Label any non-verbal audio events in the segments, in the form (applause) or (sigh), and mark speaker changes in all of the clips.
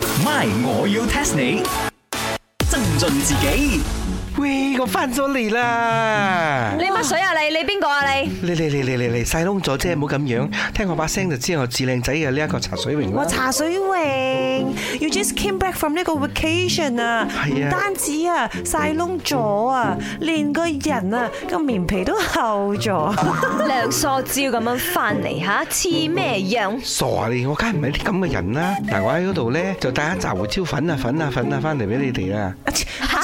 Speaker 1: My，我要 test 你。增進自己
Speaker 2: 喂，我翻咗嚟啦！
Speaker 3: 你乜水啊你？你邊個啊你？
Speaker 2: 嚟嚟嚟嚟嚟嚟，晒窿咗啫，唔好咁樣。聽我把聲就知我至靚仔嘅呢一個茶水榮
Speaker 4: 我
Speaker 2: 啦。
Speaker 4: 茶水榮，you just came back from 呢個 vacation 啊，
Speaker 2: 係啊
Speaker 4: 唔單止啊晒窿咗啊，連個人啊個面皮都厚咗。
Speaker 2: (laughs)
Speaker 3: 兩梳蕉咁樣翻嚟吓，似咩樣？
Speaker 2: 傻啊你，我梗係唔係啲咁嘅人啦。嗱，我喺嗰度咧就帶一紮胡椒粉啊粉啊粉啊翻嚟俾你哋啦。
Speaker 4: 吓，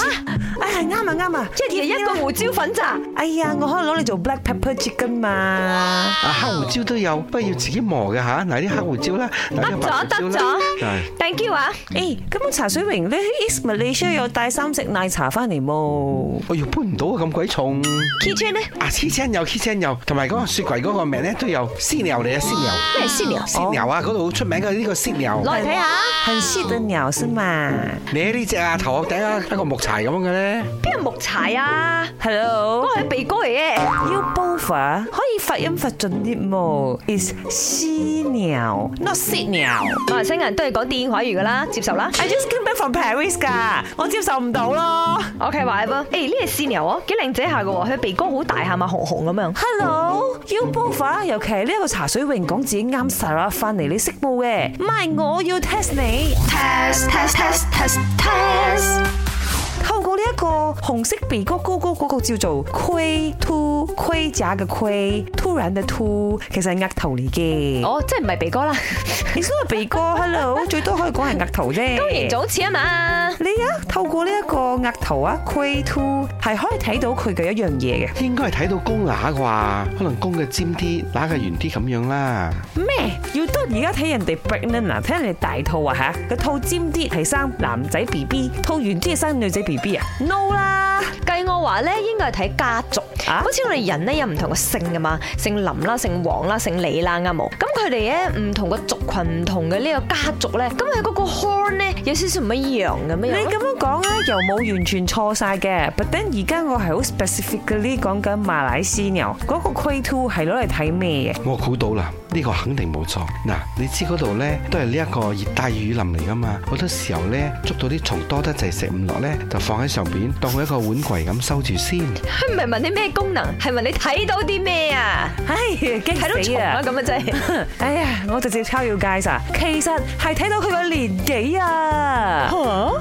Speaker 4: 哎係啱啊啱啊，
Speaker 3: 一日一個胡椒粉咋？
Speaker 4: 哎呀，我可以攞嚟做 black pepper chicken 嘛。
Speaker 2: 啊黑胡椒都有，不過要自己磨嘅吓。嗱啲黑胡椒啦，嗱
Speaker 3: 得
Speaker 2: 啲白
Speaker 3: 咗得
Speaker 2: 胡椒啦。係
Speaker 3: 咗，thank you 啊！
Speaker 4: 誒，咁茶水榮咧，East Malaysia 有帶三隻奶茶翻嚟冇？
Speaker 2: 我要搬唔到啊，咁鬼重。
Speaker 3: Kitchen 呢？
Speaker 2: 啊，kitchen 有 kitchen 有，同埋嗰個雪櫃嗰個名咧都有鮮牛嚟啊，鮮牛。
Speaker 3: 咩先聊？
Speaker 2: 鮮牛啊，嗰度好出名嘅呢個鮮牛。
Speaker 3: 攞嚟睇下，
Speaker 4: 哦很 sweet 的鳥是嘛
Speaker 2: 你呢只啊頭殼頂啊一個木柴咁樣嘅咧，
Speaker 3: 邊有木柴啊？
Speaker 4: ？Hello，
Speaker 3: 我係鼻哥嚟嘅，
Speaker 4: 要 buffer 可以發音發盡啲冇？Is 犀鳥，not 犀鳥。
Speaker 3: 馬來西亞人都係講電話語噶啦，接受啦。
Speaker 4: I just came back from Paris 㗎，我接受唔到咯。
Speaker 3: OK，話啦，誒呢隻犀牛啊，幾靚仔下嘅喎，佢鼻哥好大下嘛，紅紅咁樣。
Speaker 4: Hello，要 buffer，尤其係呢一個茶水泳講自己啱 Sarah 翻嚟，你識冇嘅？唔係，我要 test 你。
Speaker 5: test test test test test
Speaker 4: 透過呢一個紅色鼻哥高高嗰個叫做盔突盔甲嘅盔，突然嘅突，其實係額頭嚟嘅。
Speaker 3: 哦，即係唔係鼻哥啦， (laughs)
Speaker 4: 你所謂鼻哥，hello，最多可以講係額頭 (laughs) 啫。
Speaker 3: 高形早似啊嘛。
Speaker 4: 你啊，透過呢一個額頭啊盔突，係可以睇到佢嘅一樣嘢嘅。
Speaker 2: 應該係睇到公乸啩，可能公嘅尖啲，乸嘅圓啲咁樣啦。
Speaker 4: 咩？要得而家睇人哋 pregnant 啊，睇人哋大肚啊吓，個肚尖啲係生男仔 B B，肚圓啲係生女仔 B B 啊？No 啦！
Speaker 3: 計我話咧，應該係睇家族，
Speaker 4: 啊
Speaker 3: 好似我哋人咧有唔同嘅姓噶嘛，姓林啦、姓黃啦、姓李啦，啱冇？咁佢哋咧唔同嘅族群、唔同嘅呢個家族咧，咁佢嗰個 horn 咧有少少唔一樣咁
Speaker 4: 你
Speaker 3: 樣
Speaker 4: 咁
Speaker 3: 咯。
Speaker 4: 樣講咧，又冇完全錯晒嘅。But then 而家我係好 specifically 講緊馬來西牛嗰個 q u a t o 係攞嚟睇咩嘅？
Speaker 2: 我估到啦，呢個肯定冇錯。嗱，你知嗰度咧都係呢一個熱帶雨林嚟噶嘛，好多時候咧捉到啲蟲多得滯食唔落咧，就放喺上邊當佢一個碗櫃咁收住先。
Speaker 3: 佢唔係問你咩功能，係問你睇到啲咩啊？
Speaker 4: 唉，驚
Speaker 3: (laughs) 睇到
Speaker 4: 死
Speaker 3: 蟲啊
Speaker 4: 啊！
Speaker 3: 咁啊真係。
Speaker 4: (laughs)
Speaker 3: (laughs)
Speaker 4: 哎呀，我直接抄要介咋，其實係睇到佢個年紀啊。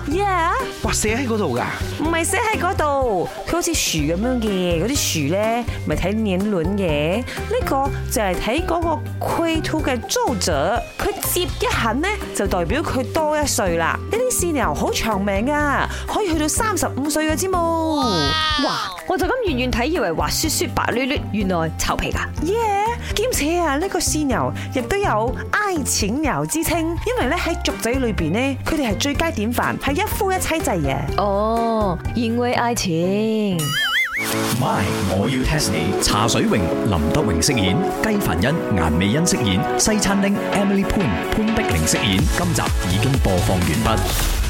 Speaker 4: Yeah，
Speaker 2: 哇，寫喺嗰度㗎，
Speaker 4: 唔係寫喺嗰度，佢好似樹咁樣嘅，嗰啲樹咧咪睇年輪嘅。呢個就係睇嗰個 q u a t o 嘅租者，佢接一痕咧就代表佢多一歲啦。呢啲犀牛好長命噶，可以去到三十五歲嘅之冇。
Speaker 3: 哇！我就咁遠遠睇，以為滑雪雪白捋捋，原來臭皮㗎。
Speaker 4: 耶！兼且啊，呢個犀牛亦都有哀錢牛之稱，因為咧喺族仔裏邊咧，佢哋係最佳典範，係一夫一妻制嘅。
Speaker 3: 哦，因為愛情。
Speaker 1: ，My，我要 test 你。茶水榮、林德榮飾演，雞凡欣、顏美欣飾演，西餐廳 Emily Poon 潘碧玲飾演。今集已經播放完畢。